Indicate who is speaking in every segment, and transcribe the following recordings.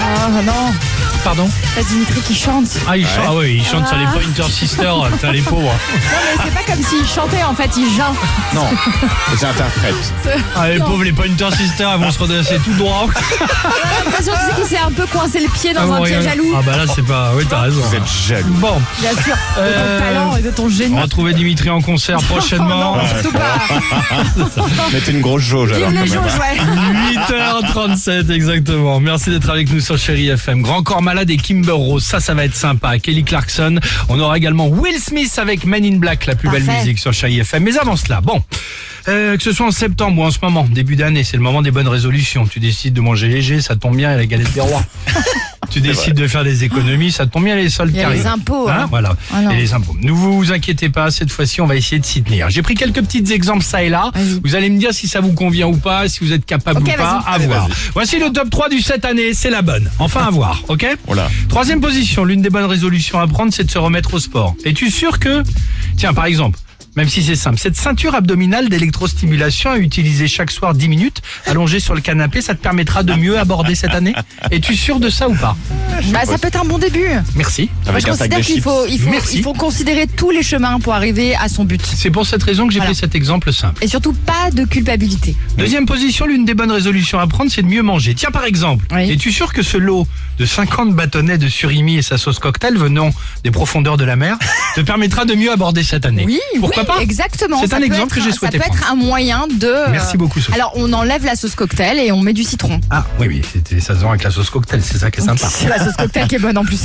Speaker 1: Ah non,
Speaker 2: Pardon
Speaker 1: la Dimitri qui chante.
Speaker 2: Ah, il chante, ah oui, il chante sur les Pointer Sisters, putain, les pauvres.
Speaker 1: Non mais c'est pas comme s'il chantait en fait, il chante.
Speaker 3: Non, les interprètes.
Speaker 2: Ah, les pauvres, les Pointer Sisters, elles vont se redresser tout droit.
Speaker 1: J'ai l'impression tu sais, qu'il s'est un peu coincé le pied dans
Speaker 2: Ah,
Speaker 1: un
Speaker 2: bon,
Speaker 1: piège
Speaker 2: regarde.
Speaker 1: à loup.
Speaker 2: Ah, bah là, c'est pas. Oui, t'as raison.
Speaker 3: Vous êtes jaloux.
Speaker 2: Bon,
Speaker 1: Bien sûr, de
Speaker 2: Euh,
Speaker 1: ton talent et de ton génie.
Speaker 2: on va trouver Dimitri en concert prochainement.
Speaker 1: non, surtout pas.
Speaker 3: Mettez une grosse jauge alors
Speaker 1: Vive
Speaker 3: quand
Speaker 1: les
Speaker 3: même.
Speaker 1: jours,
Speaker 2: bah,
Speaker 1: ouais.
Speaker 2: 8h37 exactement. Merci d'être avec nous sur Chéri FM. Grand Corps Malade et Kimber Rose, ça ça va être sympa. Kelly Clarkson, on aura également Will Smith avec Men in Black, la plus belle
Speaker 1: Parfait.
Speaker 2: musique sur Chéri FM. Mais avant cela, bon, euh, que ce soit en septembre ou en ce moment, début d'année, c'est le moment des bonnes résolutions. Tu décides de manger léger, ça tombe bien, il y a la galette des rois. tu décides de faire des économies, ça tombe bien, les soldes
Speaker 1: Il y a
Speaker 2: qui
Speaker 1: les
Speaker 2: arrivent.
Speaker 1: impôts,
Speaker 2: Hein,
Speaker 1: hein.
Speaker 2: voilà.
Speaker 1: Ah non.
Speaker 2: et les impôts. Ne vous inquiétez pas, cette fois-ci, on va essayer de s'y tenir. J'ai pris quelques petits exemples ça et là.
Speaker 1: Vas-y.
Speaker 2: Vous allez me dire si ça vous convient ou pas, si vous êtes capable
Speaker 1: Ok,
Speaker 2: ou pas.
Speaker 1: vas-y.
Speaker 2: À voir. Voici le top 3 du cette année, c'est la bonne. Enfin à voir, ok
Speaker 3: Oula.
Speaker 2: Troisième position, l'une des bonnes résolutions à prendre, c'est de se remettre au sport. Es-tu sûr que... Tiens, par exemple... Même si c'est simple, cette ceinture abdominale d'électrostimulation à utiliser chaque soir 10 minutes, allongée sur le canapé, ça te permettra de mieux aborder cette année Es-tu sûr de ça ou pas
Speaker 1: Bah, ça peut être un bon début.
Speaker 2: Merci.
Speaker 1: Moi,
Speaker 3: Avec
Speaker 1: je
Speaker 3: un sac
Speaker 1: considère
Speaker 3: de
Speaker 1: qu'il
Speaker 3: chips.
Speaker 1: faut, il faut,
Speaker 2: Merci.
Speaker 1: il faut considérer tous les chemins pour arriver à son but.
Speaker 2: C'est pour cette raison que j'ai
Speaker 1: Voilà.
Speaker 2: pris cet exemple simple.
Speaker 1: Et surtout, pas de culpabilité.
Speaker 2: Deuxième position, l'une des bonnes résolutions à prendre, c'est de mieux manger. Tiens, par exemple,
Speaker 1: Oui.
Speaker 2: es-tu sûr que ce lot de 50 bâtonnets de surimi et sa sauce cocktail venant des profondeurs de la mer te permettra de mieux aborder cette année
Speaker 1: Oui,
Speaker 2: Pourquoi
Speaker 1: oui,
Speaker 2: pas
Speaker 1: Exactement.
Speaker 2: C'est
Speaker 1: Ça
Speaker 2: un
Speaker 1: peut
Speaker 2: exemple
Speaker 1: être
Speaker 2: que j'ai
Speaker 1: un-
Speaker 2: souhaité
Speaker 1: Ça peut être un moyen de. euh,
Speaker 2: Merci beaucoup, Sophie.
Speaker 1: Alors, on enlève la sauce cocktail et on met du citron.
Speaker 2: Ah oui, oui, c'était ça se vend avec la sauce cocktail, c'est ça qui est
Speaker 1: Donc,
Speaker 2: sympa.
Speaker 1: C'est la sauce cocktail qui est bonne en plus.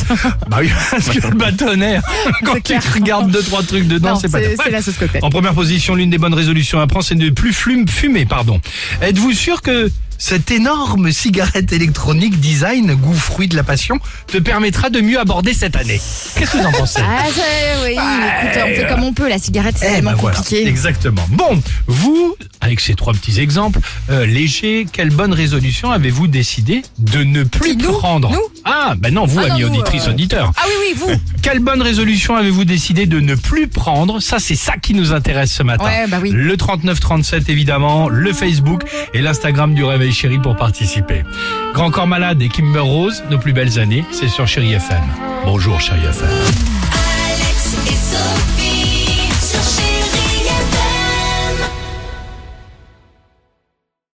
Speaker 2: bah oui, parce que le bâtonnet, quand tu
Speaker 1: clair.
Speaker 2: regardes deux, trois trucs dedans,
Speaker 1: Non,
Speaker 2: c'est pas
Speaker 1: c'est
Speaker 2: top.
Speaker 1: c'est la sauce cocktail.
Speaker 2: En première position, l'une des bonnes résolutions à prendre, c'est de ne plus flume- fumer. Pardon. Êtes-vous sûr que cette énorme cigarette électronique design, goût fruit de la passion, te permettra de mieux aborder cette année Qu'est-ce que vous en pensez
Speaker 1: Ah, c'est- oui, écoute, on fait comme on peut. La cigarette, c'est
Speaker 2: Eh ben
Speaker 1: tellement
Speaker 2: voilà,
Speaker 1: compliqué.
Speaker 2: exactement. Bon, vous, avec ces trois petits exemples, euh, léger, quelle bonne résolution avez-vous décidé de ne plus
Speaker 1: Qui, nous
Speaker 2: prendre
Speaker 1: Nous
Speaker 2: Ah, ben non, vous,
Speaker 1: Ah non,
Speaker 2: amis
Speaker 1: nous,
Speaker 2: auditrices,
Speaker 1: euh,
Speaker 2: auditeurs.
Speaker 1: Ah oui, oui, vous.
Speaker 2: Quelle bonne résolution avez-vous décidé de ne plus prendre Ça, c'est ça qui nous intéresse ce matin.
Speaker 1: Ouais, bah oui.
Speaker 2: Le 3937, évidemment, le Facebook et l'Instagram du Réveil Chéri pour participer. Grand Corps Malade et Kimber Rose, nos plus belles années, c'est sur Chéri FM. Bonjour, Chéri FM.